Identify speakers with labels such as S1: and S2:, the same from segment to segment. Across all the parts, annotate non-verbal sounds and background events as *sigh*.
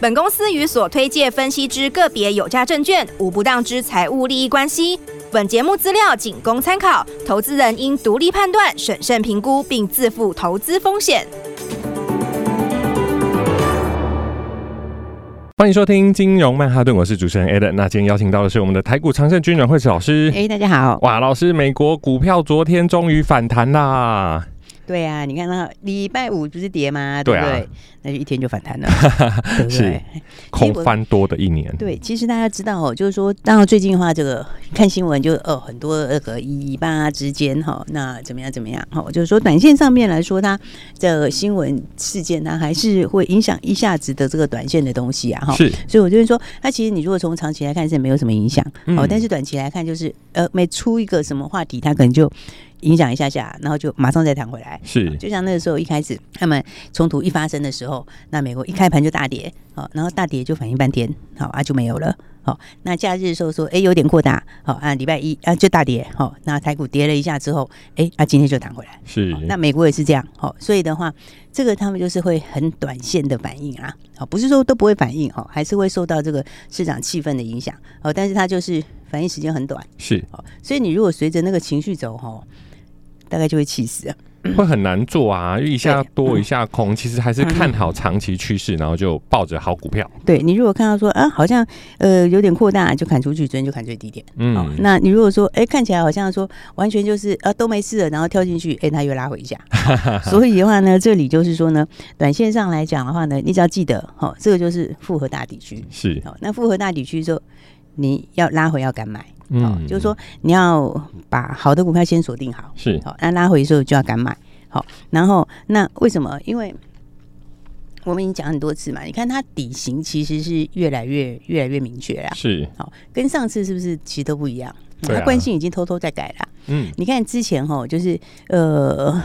S1: 本公司与所推介分析之个别有价证券无不当之财务利益关系。本节目资料仅供参考，投资人应独立判断、审慎评估，并自负投资风险。
S2: 欢迎收听《金融曼哈顿》，我是主持人 Ed。那今天邀请到的是我们的台股常胜军阮惠慈老师。
S3: *laughs* 哎、大家好。
S2: 哇，老师，美国股票昨天终于反弹啦！
S3: 对啊，你看那礼拜五不是跌吗？
S2: 对
S3: 对
S2: 啊
S3: 不对？那就一天就反
S2: *laughs*
S3: 弹了，对不
S2: 是
S3: 对？
S2: 空翻多的一年，
S3: 对，其实大家知道哦，就是说，当然最近的话，这个看新闻就呃很多那个一八之间哈、那怎么样怎么样哈、就是说短线上面来说，它的新闻事件它还是会影响一下子的这个短线的东西啊哈、
S2: 是
S3: 所以我就是说，它其实你如果从长期来看是没有什么影响，
S2: 嗯
S3: 哦，但是短期来看就是呃每出一个什么话题，它可能就影响一下下，然后就马上再弹回来。
S2: 是，
S3: 就像那个时候一开始他们冲突一发生的时候，那美国一开盘就大跌，好、然后大跌就反应半天，好、啊就没有了。好、那假日的时候说，哎、有点扩大，好、啊，礼拜一啊就大跌，好、那台股跌了一下之后，哎、啊今天就弹回来。
S2: 是
S3: 好那美国也是这样，好、所以的话，这个他们就是会很短线的反应啊，好、不是说都不会反应，哈、哦还是会受到这个市场气氛的影响，哦，但是它就是反应时间很短，
S2: 是，
S3: 哦，所以你如果随着那个情绪走，哈、大概就会气死啊。
S2: 会很难做啊，一下
S3: 对嗯
S2: 多一下空，其实还是看好长期趋势，然后就抱着好股票。
S3: 对你如果看到说啊，好像呃有点扩大，就砍出去，昨天就砍最低点。好、
S2: 嗯，
S3: 那你如果说哎、看起来好像说完全就是啊都没事了，然后跳进去，哎、它又拉回一下。
S2: *laughs*
S3: 好所以的话呢，这里就是说呢，短线上来讲的话呢，你只要记得，好、这个就是复合大底区。
S2: 是，
S3: 好、那复合大底区之后，你要拉回要敢买，好、
S2: 嗯，
S3: 就是说你要把好的股票先锁定好。
S2: 是
S3: 好，那拉回的时候就要敢买。好，然后那为什么？因为我们已经讲很多次嘛，你看它底型其实是越来越越来越明确啦。
S2: 是，
S3: 好，跟上次是不是其实都不一样？
S2: 对啊
S3: 它惯性已经偷偷在改啦。
S2: 嗯，
S3: 你看之前哈，就是呃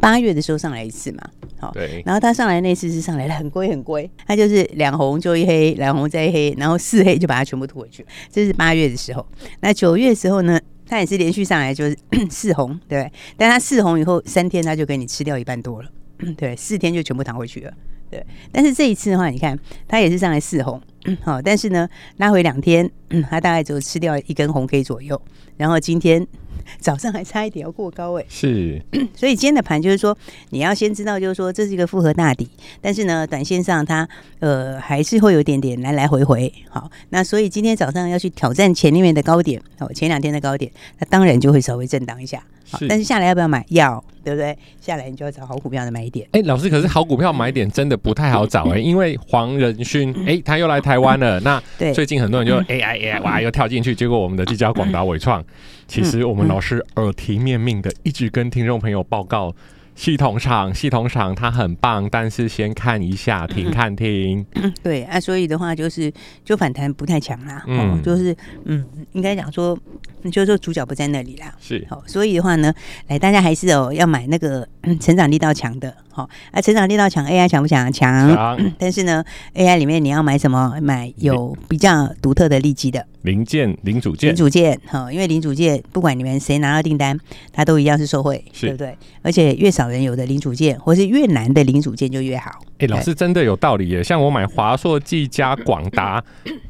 S3: 八月的时候上来一次嘛，好，
S2: 对，
S3: 然后它上来那次是上来的很龟很龟，它就是两红就一黑，两红再一黑，然后四黑就把它全部吐回去。这是八月的时候，那九月的时候呢，它也是连续上来就是 *coughs* 四红，对不对？但它四红以后三天，它就给你吃掉一半多了，嗯对，四天就全部躺回去了。对，但是这一次的话，你看它也是上来四红，好、但是呢拉回两天，它大概只有吃掉一根红 K 左右，然后今天 *laughs* 早上还差一点要过高欸位。
S2: 是，
S3: 所以今天的盘就是说，你要先知道，就是说这是一个复合大底，但是呢，短线上它呃还是会有一点点来来回回。好，那所以今天早上要去挑战前面的高点，哦，前两天的高点，那当然就会稍微震荡一下。好
S2: 是，
S3: 但是下来要不要买？要，对不对？下来你就要找好股票的买点。
S2: 哎、老师，可是好股票买点真的不太好
S3: *laughs*
S2: 找哎、因为黄仁勋哎、他又来台湾了。那
S3: 对嗯
S2: 最近很多人就 AI AI 哇又跳进去，结果我们的聚焦广达伟创，其实我们老师耳提面命的一直跟听众朋友报告，系统厂系统厂它很棒，但是先看一下，
S3: 嗯
S2: 停看停。
S3: 对啊，所以的话就是就反弹不太强啦。哦
S2: 嗯，
S3: 就是嗯，应该讲说，就是说主角不在那里啦。
S2: 是
S3: 好、所以的话呢，来大家还是哦要买那个、嗯成长力道强的，好、啊，成长力道强，AI 强不强？强。
S2: 强
S3: 但是呢，AI 里面你要买什么？买有比较独特的利基的
S2: 零件零组
S3: 零
S2: 件
S3: 组件，哈、因为零组件不管你们谁拿到订单，它都一样是受惠，
S2: 是
S3: 对不对？而且越少人有的零组件，或是越难的零组件就越好。
S2: 哎、老师真的有道理耶！像我买华硕、技嘉、广达、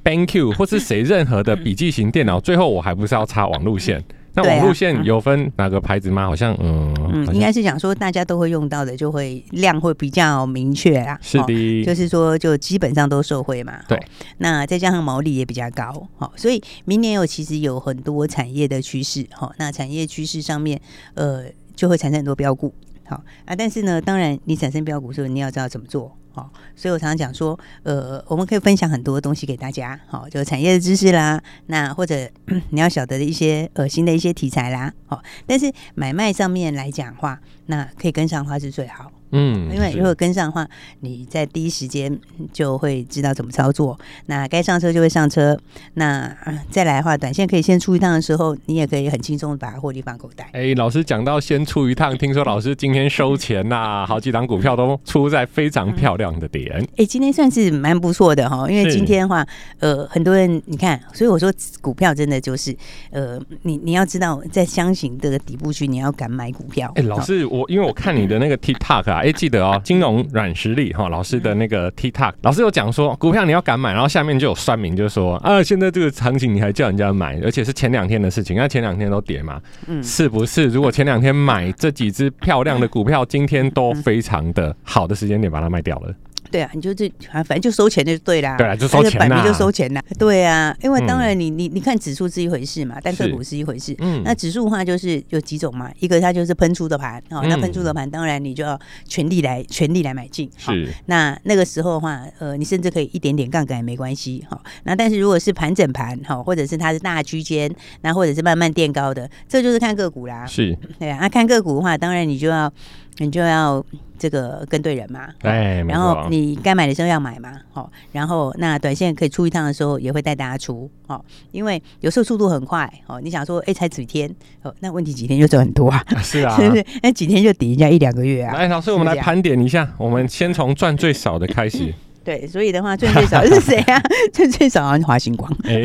S2: BenQ
S3: 嗯
S2: 或是谁任何的笔记型电脑，最后我还不是要插网路线？那
S3: 对啊
S2: 网路线有分哪个牌子吗？好像嗯，好
S3: 嗯，
S2: 像
S3: 应该是讲说大家都会用到的，就会量会比较明确啦。
S2: 是
S3: 哦
S2: 的，
S3: 就是说，就基本上都受惠嘛。
S2: 对
S3: 哦那再加上毛利也比较高，好、所以明年有其实有很多产业的趋势，好、那产业趋势上面，呃，就会产生很多标股，好、啊，但是呢，当然你产生标股的时候，你要知道怎么做。好，所以我常常讲说，呃，我们可以分享很多东西给大家，好、就产业的知识啦，那或者 *clears throat* 嗯你要晓得的一些呃新的一些题材啦，好、但是买卖上面来讲话，那可以跟上的话是最好，
S2: 嗯
S3: 因为
S2: 是
S3: 如果跟上的话，你在第一时间就会知道怎么操作。那该上车就会上车。那呃再来的话，短线可以先出一趟的时候，你也可以很轻松的把获利放口袋。
S2: 哎、老师讲到先出一趟，听说老师今天收钱呐、好几档股票都出在非常漂亮的点。
S3: 哎、今天算是蛮不错的哈，因为
S2: 是
S3: 今天的话，呃，很多人你看，所以我说股票真的就是，呃，你你要知道，在箱型这个底部区，你要敢买股票。
S2: 哎、老
S3: 哦
S2: 师，我因为我看你的那个 TikTok
S3: *laughs*
S2: 啊，哎、记得哦，金融软实力哈、老师的那
S3: 嗯
S2: 个 TikTok，老师有讲说股票你要敢买，然后下面就有酸民就说啊，现在这个行情你还叫人家买，而且是前两天的事情，那前两天都跌嘛，
S3: 嗯
S2: 是不是？如果前两天买这几只漂亮的股票，今天
S3: 嗯
S2: 都非常的好的时间点把它卖掉了，
S3: 对啊，你就这啊反正就收钱就对啦，
S2: 对啊就收钱啦
S3: 反正就收钱啦，对啊，因为当
S2: 嗯
S3: 然你、你你看指数是一回事嘛，但个
S2: 是
S3: 股是一回事。
S2: 嗯，
S3: 那指数的话就是有几种嘛，一个它就是喷出的盘，哦，那
S2: 嗯
S3: 喷出的盘当然你就要全力来全力来买进，哦
S2: 是
S3: 那那个时候的话，呃，你甚至可以一点点杠杆也没关系哈、那但是如果是盘整盘哈、或者是它是大区间，那或者是慢慢垫高的，这就是看个股啦。
S2: 是，
S3: 对啊，那看个股的话，当然你就要你就要这个跟对人嘛。
S2: 哎、没
S3: 然后
S2: 错，
S3: 你该买的时候要买嘛，哦，然后那短线可以出一趟的时候，也会带大家出哦，因为有时候速度很快哦，你想说，哎，才几天哦，那问题几天就走很多啊，
S2: *laughs* 是
S3: *laughs*
S2: 啊，哎
S3: 是不是？那几天就抵人家一两个月啊，
S2: 来，老师，我们来盘点一下，我们先从赚最少的开
S3: *laughs*
S2: 始。
S3: 对，所以的话，赚最少 *laughs* 是谁啊？赚最少好像华星光。 *laughs*
S2: 哎，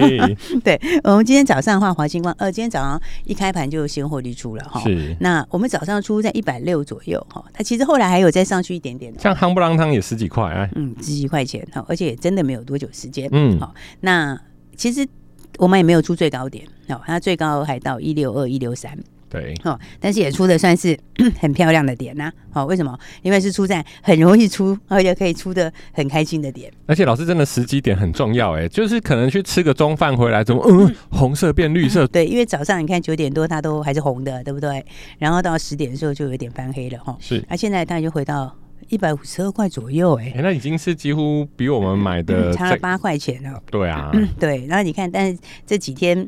S3: 我们今天早上的话，华星光，呃，今天早上一开盘就先获利出了哈。
S2: 是
S3: 那我们早上出在一百六左右哈，它其实后来还有再上去一点点的，
S2: 像夯不啷当也十几块，哎，
S3: 嗯，十几块钱哈，而且也真的没有多久时间。
S2: 嗯
S3: 好，那其实我们也没有出最高点，哦，它最高还到一六二、一六三。
S2: 对，
S3: 哦，但是也出的算是 *coughs* 很漂亮的点呐、好、为什么？因为是出在很容易出， *laughs* 而且可以出的很开心的点。
S2: 而且老师真的时机点很重要，哎，就是可能去吃个中饭回来，怎么嗯，红色变绿色，
S3: 对，因为早上你看九点多它都还是红的，对不对？然后到十点的时候就有点翻黑了哈。
S2: 是，
S3: 那、现在它就回到一百五十二块左右、哎、
S2: 哎，那已经是几乎比我们买的
S3: 嗯差了
S2: 在，
S3: 八块钱哦。
S2: 对啊，
S3: *clears throat* 对，然后你看，但是这几天。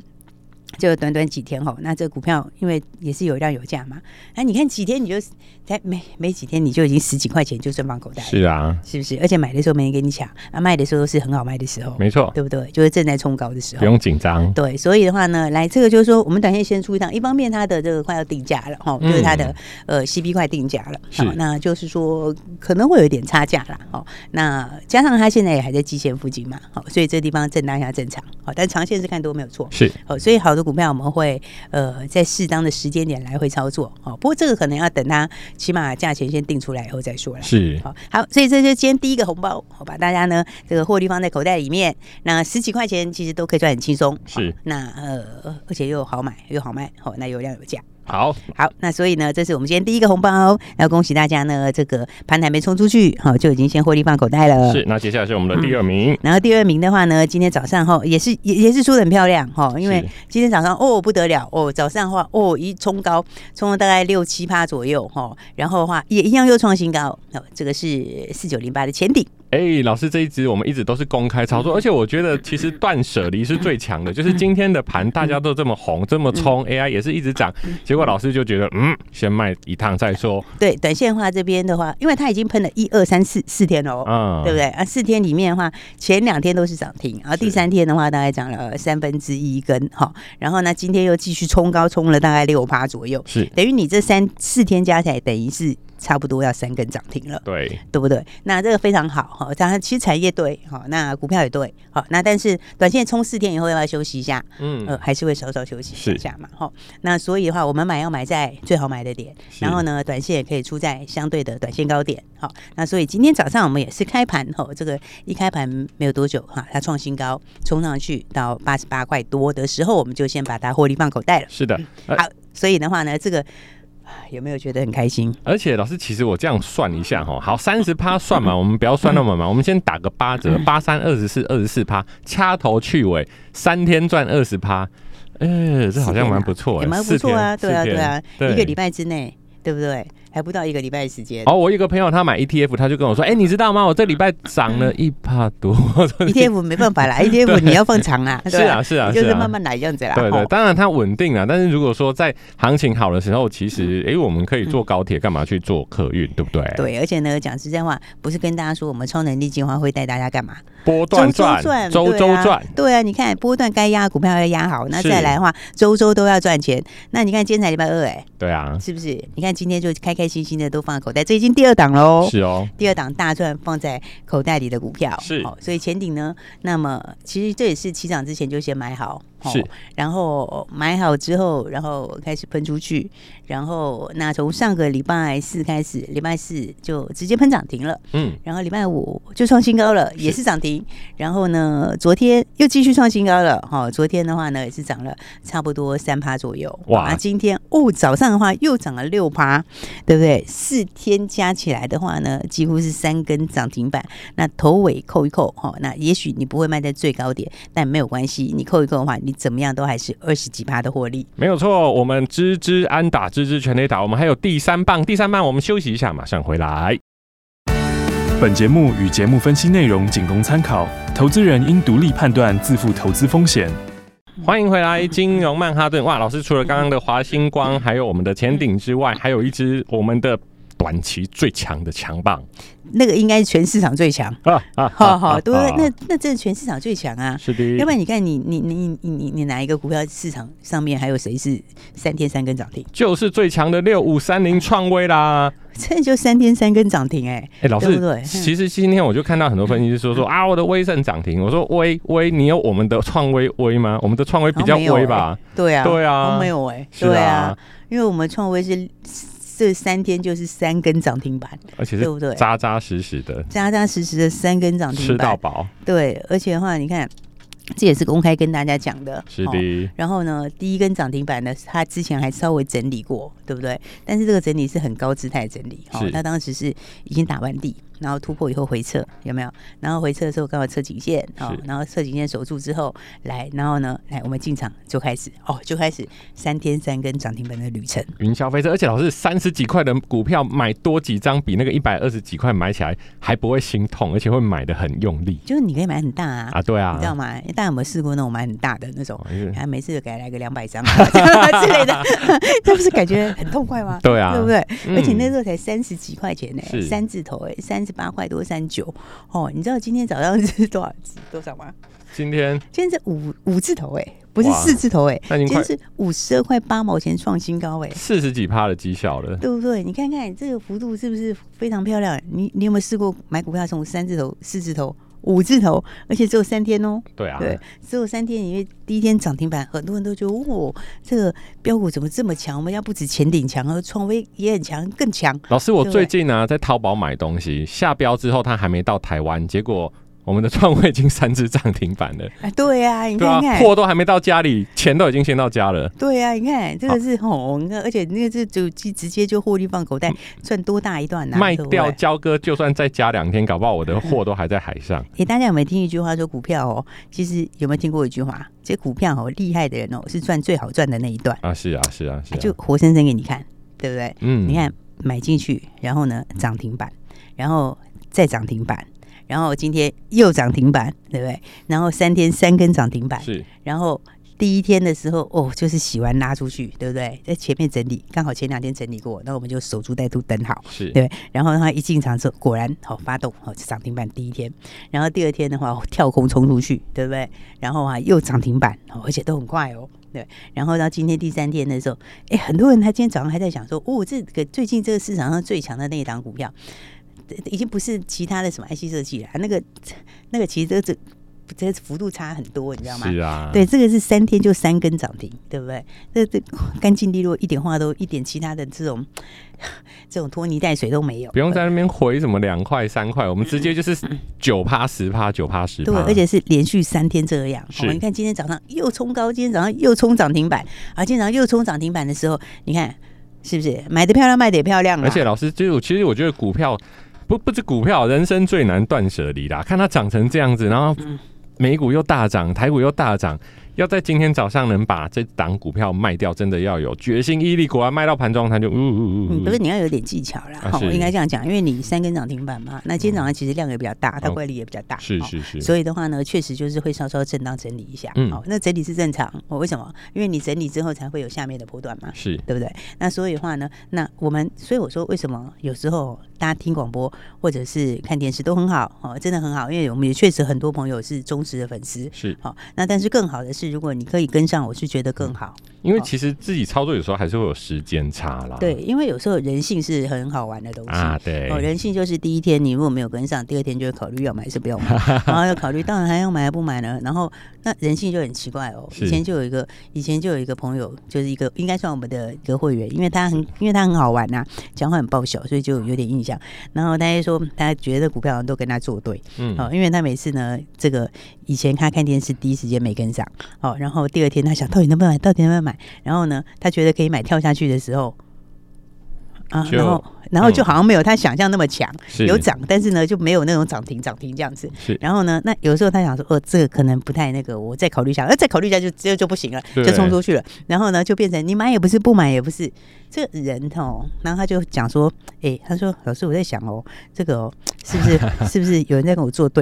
S3: 就短短几天吼，那这股票因为也是有量有价嘛，那你看几天你就才没没几天你就已经十几块钱就赚放口袋了，
S2: 是啊，
S3: 是不是？而且买的时候没人跟你抢，啊卖的时候是很好卖的时候，
S2: 没错，
S3: 对不对？就是正在冲高的时候
S2: 不。用紧张，
S3: 对，所以的话呢，来这个就是说，我们短线先出一趟，一方面它的这个快要定价了哈，齁就是它的、呃 CP 快定价了，
S2: 是
S3: 齁那就是说可能会有一点差价啦，哦，那加上它现在也还在基线附近嘛，好，所以这地方震荡一下正常，好，但长线是看多没有错，
S2: 是
S3: 哦，所以好的股票我们会呃在适当的时间点来回操作，哦，不过这个可能要等它起码价钱先定出来以后再说了。
S2: 是，
S3: 好好，所以这就是今天第一个红包，我把大家呢这个获利放在口袋里面，那十几块钱其实都可以赚很轻松，
S2: 是
S3: 好那呃而且又好买又好卖，好、那有量有价。
S2: 好，
S3: 好，那所以呢，这是我们今天第一个红包，要恭喜大家呢，这个盘还没冲出去，好、就已经先获利放口袋了。
S2: 是，那接下来是我们的第二名，
S3: 然后第二名的话呢，今天早上哈也是也也是出的很漂亮哈，因为
S2: 是
S3: 今天早上哦不得了哦，早上的话哦一冲高，冲了大概六七趴左右哈，然后的话也一样又创新高，哦，这个是四九零八的前顶，
S2: 哎、老师，这一支我们一直都是公开
S3: 嗯
S2: 操作，而且我觉得其实断舍离是最强的，就是今天的盘大家都这么
S3: 嗯
S2: 红，这么冲，AI 也是一直涨，结果老师就觉得，嗯，先卖一趟再说，
S3: 对，短线的话这边的话，因为它已经喷了一二三四四天了哦。
S2: 嗯，
S3: 对不对啊？四天里面的话，前两天都是涨停，然后第
S2: 是
S3: 三天的话，大概涨了三分之一根哈。然后呢，今天又继续冲高，冲了大概六趴左右，
S2: 是，
S3: 等于你这三四天加起来，等于是差不多要三根涨停了。
S2: 对，
S3: 对不对？那这个非常好哈，当然其实产业对哈，那股票也对好，那但是短线冲四天以后要不要休息一下？
S2: 嗯，
S3: 呃，还是会稍稍休息
S2: 是
S3: 一下嘛哈。那所以的话，我们买要买在最好买的点，
S2: 是
S3: 然后呢，短线也可以出在相对的短线高点好。那所以今天早上我们也是开盘哈，这个一开盘没有多久哈，它创新高冲上去到八十八块多的时候，我们就先把它获利放口袋了。
S2: 是的，呃
S3: 嗯好，所以的话呢，这个啊有没有觉得很开心？
S2: 而且老师，其实我这样算一下哈，好，三十趴算
S3: *laughs*
S2: 嘛，我们不要算那么满，我们先打个八折，
S3: 嗯
S2: 八三二十四，二十四趴，掐头去尾，三天赚二十趴，哎、这好像蛮不错、
S3: 也
S2: 哎，
S3: 蛮不错啊，
S2: 四
S3: 对啊，
S2: 天
S3: 对啊，
S2: 四天
S3: 一个礼拜之内，对不对？还不到一个礼拜的时间。
S2: 哦，我一个朋友他买 ETF，他就跟我说：“哎、你知道吗？我这礼拜涨了一帕多。 *laughs*
S3: ETF 没办法啦，ETF 你要放长啊，
S2: 是
S3: 对
S2: 啊，
S3: 吧
S2: 是啊，
S3: 你
S2: 是
S3: 就是
S2: 啊。
S3: 慢慢来这样子啦。
S2: 对对，
S3: 哦
S2: 当然它稳定啊了，但是如果说在行情好的时候，其实诶，我们可以坐高铁，干嘛去坐客运，对不对？，
S3: 对，而且呢，讲实在话，不是跟大家说我们超能力计划会带大家干嘛？
S2: 波段
S3: 周
S2: 赚，
S3: 赚，
S2: 周周
S3: 对啊
S2: 赚，
S3: 对啊，你看波段该压的股票要压好，那
S2: 是
S3: 再来的话，周周都要赚钱。那你看今天才礼拜二，哎，
S2: 对啊，
S3: 是不是？你看今天就开开心心的都放在口袋，这已经第二档喽。
S2: 是哦，
S3: 第二档大赚放在口袋里的股票
S2: 是
S3: 所以前顶呢，那么其实这也是起涨之前就先买好，
S2: 是，
S3: 然后买好之后，然后开始喷出去，然后那从上个礼拜四开始，礼拜四就直接喷涨停了，
S2: 嗯，
S3: 然后礼拜五就创新高了，也
S2: 是
S3: 是涨停，然后呢，昨天又继续创新高了，哈、昨天的话呢也是涨了差不多三趴左右，
S2: 哇
S3: 啊今天哦早上的话又涨了六趴，对不对？四天加起来的话呢，几乎是三根涨停板，那头尾扣一扣，哈、那也许你不会卖在最高点，但没有关系，你扣一扣的话，你怎么样都还是二十几趴的获利。
S2: 没有错。我们支支安打，支支全垒打，我们还有第三棒，第三棒我们休息一下，马上回来。
S4: 本节目与节目分析内容仅供参考，投资人应独立判断，自负投资风险。
S2: 欢迎回来，金融曼哈顿。哇，老师除了刚刚的华星光，还有我们的前顶之外，还有一支我们的短期最强的强棒
S3: 那个应该是全市场最强，
S2: 啊啊！
S3: 好好，对不对
S2: 啊？
S3: 那那真的全市场最强啊！
S2: 是的，
S3: 要不然你看你你你你你你你哪一个股票市场上面还有谁是三天三根涨停？ *laughs*
S2: 就是最强的六五三零创威啦。
S3: 真的就三天三根涨停哎、
S2: 哎、老
S3: 对
S2: 师
S3: 不对，嗯嗯
S2: 其实今天我就看到很多分析师说说啊，我的威盛涨停，我说威威，你有我们的创威威吗？我们的创威比较
S3: 好像没有
S2: 威吧？
S3: 对啊，
S2: 对啊
S3: 哦没有哎、
S2: 是
S3: 对
S2: 啊
S3: 啊，，因为我们创威是这三天就是三根涨停板，
S2: 而且
S3: 对
S2: 是
S3: 不对？啊
S2: 扎扎实实的
S3: 扎扎实实的三根涨
S2: 吃
S3: 停
S2: 到
S3: 板，
S2: 饱，
S3: 对，而且的话，你看这也是公开跟大家讲的，
S2: 是
S3: 哦
S2: 的，
S3: 然后呢，第一根涨停板呢，它之前还稍微整理过，对不对？但是这个整理是很高姿态整理，哦
S2: 是
S3: 它当时是已经打完底，然后突破以后回撤，有没有？然后回撤的时候刚好测颈线，哦
S2: 是，
S3: 然后测颈线守住之后，来，然后呢，来我们进场就开始，哦，就开始三天三根涨停板的旅程，
S2: 云霄飞车，而且老师三十几块的股票买多几张，比那个一百二十几块买起来还不会心痛，而且会买的很用力
S3: 就是你可以买很大啊，
S2: 啊！对啊
S3: 你知，道吗？大家有没有试过那种买很大的那种？
S2: 哎呀
S3: 啊，每次就给他来个两百张啊 *laughs* 这样之类的， *laughs* 这不是感觉很痛快吗？
S2: *laughs* 对啊
S3: 对不对？
S2: 嗯
S3: 而且那时候才三十几块钱呢、
S2: 是
S3: 三字头哎、三十八块多，三九哦。你知道今天早上是多少多少吗？
S2: 今天
S3: 今天是五五字头哎、不是
S2: 哇
S3: 四字头哎、
S2: 那已
S3: 今
S2: 经快
S3: 天是五十二块八毛钱创新高哎、
S2: 四十几趴的绩效了，
S3: 对不对？你看看这个幅度是不是非常漂亮？你你有没有试过买股票从三字头、四字头、五字头，而且只有三天哦？
S2: 对啊，
S3: 对，只有三天，因为第一天涨停板，很多人都觉得哦，这个标股怎么这么强？我们要不止前顶强，而创威也很强，更强。
S2: 老师，我
S3: 对
S2: 最近呢、在淘宝买东西，下标之后它还没到台湾，结果我们的创卫已经 *laughs* 三只涨停板了，
S3: 啊，对呀、你
S2: 对
S3: 看
S2: 啊
S3: 看，，
S2: 货都还没到家里，钱都已经先到家了。
S3: 对呀、你看这个是红，而且那个是就直接就获利放口袋，赚多大一段啊呐、
S2: 嗯卖
S3: 对不
S2: 掉
S3: 对
S2: 交割，就算再加两天，搞不好我的货都还在海上。
S3: 诶，大家有没有听一句话说股票哦？其实有没有听过一句话？这股票哦，厉害的人哦，是赚最好赚的那一段，
S2: 啊，是啊，是啊，是啊，
S3: 就活生生给你看，对不对？
S2: 嗯
S3: 你看买进去，然后呢涨停板，然后再涨停板，然后今天又涨停板，对不对？然后三天三根涨停板，
S2: 是
S3: 然后第一天的时候哦，就是洗完拉出去，对不对？在前面整理，刚好前两天整理过，那我们就守株待兔等好。
S2: 是，
S3: 对，然后他一进场之后，果然好、发动，好、涨停板第一天，然后第二天的话、哦跳空冲出去，对不对？然后啊又涨停板、哦，而且都很快哦。对，然后到今天第三天的时候，哎，很多人他今天早上还在想说，哦，这个最近这个市场上最强的那一档股票，这已经不是其他的什么 IC 设计了，那个那个其实这这这幅度差很多，你知道吗？
S2: 是啊，
S3: 对，这个是三天就三根涨停，对不对？这这干净利落，一点话都一点其他的这种 *laughs* 这种拖泥带水都没有，
S2: 不用在那边回什么两块三块，我们直接就是九趴十趴九趴十趴，
S3: 对，而且是连续三天这样。
S2: 是
S3: 哦，你看今天早上又冲高，今天早上又冲涨停板，啊，今天早上又冲涨停板的时候，你看是不是买的漂亮，卖的也漂亮啊？
S2: 而且老师，就是我其实我觉得股票不不止股票，人生最难断舍离啦。看它涨成这样子，然后美股又大涨，台股又大涨，要在今天早上能把这档股票卖掉，真的要有决心毅力。果然卖到盘中，它就呜呜
S3: 嗯，
S2: 呜
S3: 不
S2: 呜
S3: 是。你要有点技巧啦，
S2: 啊
S3: 好，
S2: 是
S3: 应该这样讲，因为你三根涨停板嘛，那今天早上其实量也比较大，它
S2: 哦
S3: 乖离也比较大，
S2: 是
S3: 哦
S2: 是是，
S3: 所以的话呢，确实就是会稍稍震荡整理一下。
S2: 嗯
S3: 好、那整理是正常。哦我、为什么？因为你整理之后才会有下面的波段嘛，
S2: 是
S3: 对不对？那所以的话呢，那我们所以我说为什么有时候大家听广播或者是看电视都很好哦，真的很好，因为我们也确实很多朋友是忠实的粉丝。
S2: 是，
S3: 好、那但是更好的是，如果你可以跟上，我是觉得更好。
S2: 因为其实自己操作有时候还是会有时间差啦。
S3: 对，因为有时候人性是很好玩的东西。
S2: 啊，对
S3: 哦，，人性就是第一天你如果没有跟上，第二天就会考虑要买还是不要买，然后要考虑到底还要买还不买呢。然后那人性就很奇怪哦。
S2: 是
S3: 以前就有一个，以前就有一个朋友，就是一个应该算我们的一个会员，因为他很因为他很好玩呐、讲话很爆笑，所以就有点印象。然后他就说，他觉得股票好像都跟他作对
S2: 嗯，
S3: 哦，因为他每次呢，这个以前他看电视第一时间没跟上哦，然后第二天他想到底能不能买，到底能不能买，然后呢，他觉得可以买跳下去的时候。啊，
S2: 就
S3: 然后然后就
S2: 嗯
S3: 好像没有他想象那么强，
S2: 是
S3: 有涨，但是呢就没有那种涨停涨停这样子。
S2: 是
S3: 然后呢，那有时候他想说，哦，这个可能不太那个，我再考虑一下，呃，再考虑一下就就就不行了，
S2: 对
S3: 就冲出去了。然后呢，就变成你买也不是，不买也不是，这个人哦。然后他就讲说，哎，他说老师，我在想哦，这个哦，是不
S2: *laughs*
S3: 是是不是有人在跟我作对？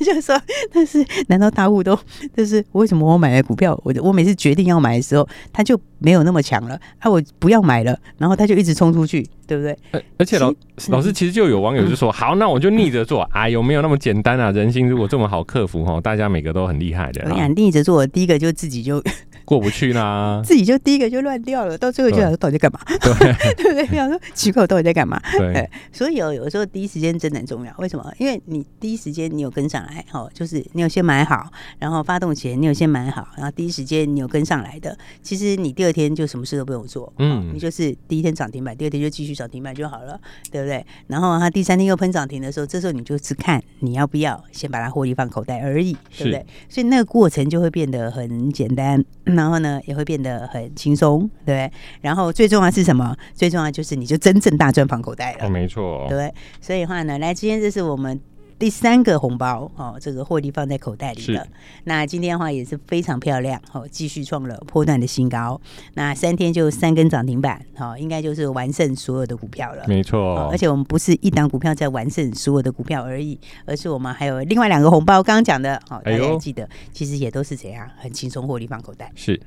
S3: *laughs* 就说，但是难道大户都就是为什么我买了股票，我我每次决定要买的时候，他就没有那么强了，啊，我不要买了，然后他就一直冲出去，对不对？
S2: 而而且老老
S3: 嗯
S2: 师其实就有网友就说，好，那我就逆着做啊，有没有那么简单啊？人心如果这么好克服哈，大家每个都很厉害的
S3: 我跟你
S2: 啊，
S3: 讲，逆着做，第一个就自己就 *laughs*。
S2: 过不去啦
S3: 自己就第一个就乱掉了，到最后就
S2: 对
S3: 想说到底在干嘛，
S2: 对
S3: *laughs* 对不对？想说奇怪，我到底在干嘛？
S2: 对
S3: 哎，所以有有时候第一时间真的很重要，为什么？因为你第一时间你有跟上来，哦，就是你有先买好，然后发动前你有先买好，然后第一时间你有跟上来的，其实你第二天就什么事都不用做，
S2: 嗯
S3: 嗯，你就是第一天涨停板，第二天就继续涨停板就好了，对不对？然后它第三天又喷涨停的时候，这时候你就是看你要不要先把它获利放口袋而已，对不对？所以那个过程就会变得很简单，然后呢也会变得很轻松，对不对？然后最重要的是什么？最重要就是你就真正大赚放口袋了
S2: 哦，。没错，
S3: 呃对，所以的话呢，来，今天这是我们第三个红包哦，这个获利放在口袋里
S2: 是
S3: 了。那今天的话也是非常漂亮哦，继续创了波段的新高。那三天就三根涨停板哦，应该就是完胜所有的股票了。
S2: 没
S3: 哦
S2: 错
S3: 而，且我们不是一档股票在完胜所有的股票而已，而是我们还有另外两个红包，刚刚讲的哦，大
S2: 哎
S3: 家
S2: 呦
S3: 也记得，其实也都是怎样很轻松获利放口袋。
S2: 是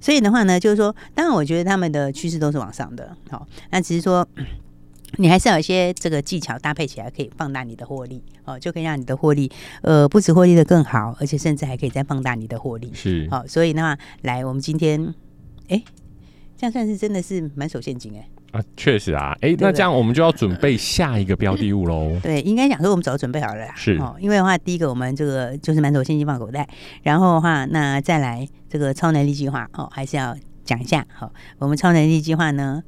S3: 所以的话呢，就是说，当然我觉得他们的趋势都是往上的，好、那只是说。 *clears throat* 嗯你还是要有一些这个技巧搭配起来，可以放大你的获利哦，就可以让你的获利，呃，不止获利的更好，而且甚至还可以再放大你的获利。
S2: 是，
S3: 好、所以的话，来，我们今天，哎，这样算是真的是满手现金哎。
S2: 啊，确实啊，哎、那
S3: 对不对
S2: 这样我们就要准备下一个标的物喽。
S3: 对，应该讲说我们早准备好了啦。
S2: 是
S3: 哦，因为的话，第一个我们这个就是满手现金放口袋，然后的话，那再来这个超能力计划哦，还是要讲一下。好、我们超能力计划呢，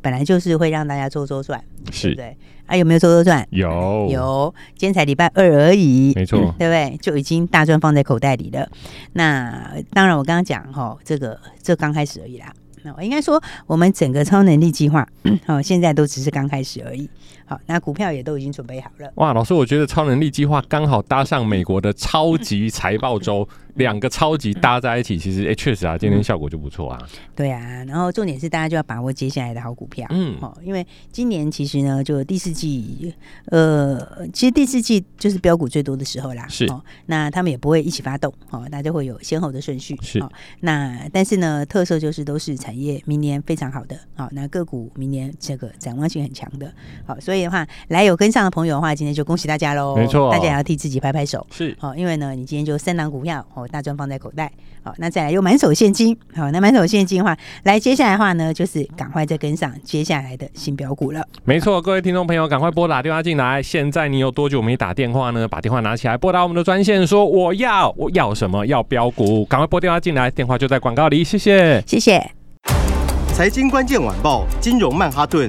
S3: 本来就是会让大家周周转，对
S2: 是
S3: 不对？啊，有没有周周转？
S2: 有
S3: 有，今天才礼拜二而已，
S2: 没错
S3: *laughs* 对不对？就已经大赚放在口袋里了。那当然，我刚刚讲哈、哦，这个这刚开始而已啦。那我应该说，我们整个超能力计划， *clears throat* 哦，现在都只是刚开始而已。好，那股票也都已经准备好了。
S2: 哇，老师，我觉得超能力计划刚好搭上美国的超级财报周，两个超级搭在一起，其实哎，确、实啊，
S3: 嗯
S2: 今天效果就不错啊。
S3: 对啊，然后重点是大家就要把握接下来的好股票，
S2: 嗯
S3: 哦，因为今年其实呢，就第四季，呃，其实第四季就是标股最多的时候啦，
S2: 是
S3: 哦，那他们也不会一起发动，哦，那就会有先后的顺序，
S2: 是
S3: 哦，那但是呢，特色就是都是产业明年非常好的，哦，那个股明年这个展望性很强的，好、所以的话，来有跟上的朋友的话，今天就恭喜大家喽，
S2: 没错
S3: 大家也要替自己拍拍手，
S2: 是
S3: 好、因为呢，你今天就三档股票哦，大赚放在口袋，好、那再来又满手现金，好、那满手现金的话，来接下来的话呢，就是赶快再跟上接下来的新标股了。
S2: 没错，各位听众朋友，赶快拨打电话进来。现在你有多久没打电话呢？把电话拿起来，拨打我们的专线，说我要我要什么？要标股，赶快拨电话进来，电话就在广告里，谢谢。
S3: 谢谢。
S5: 财经关键晚报，金融曼哈顿，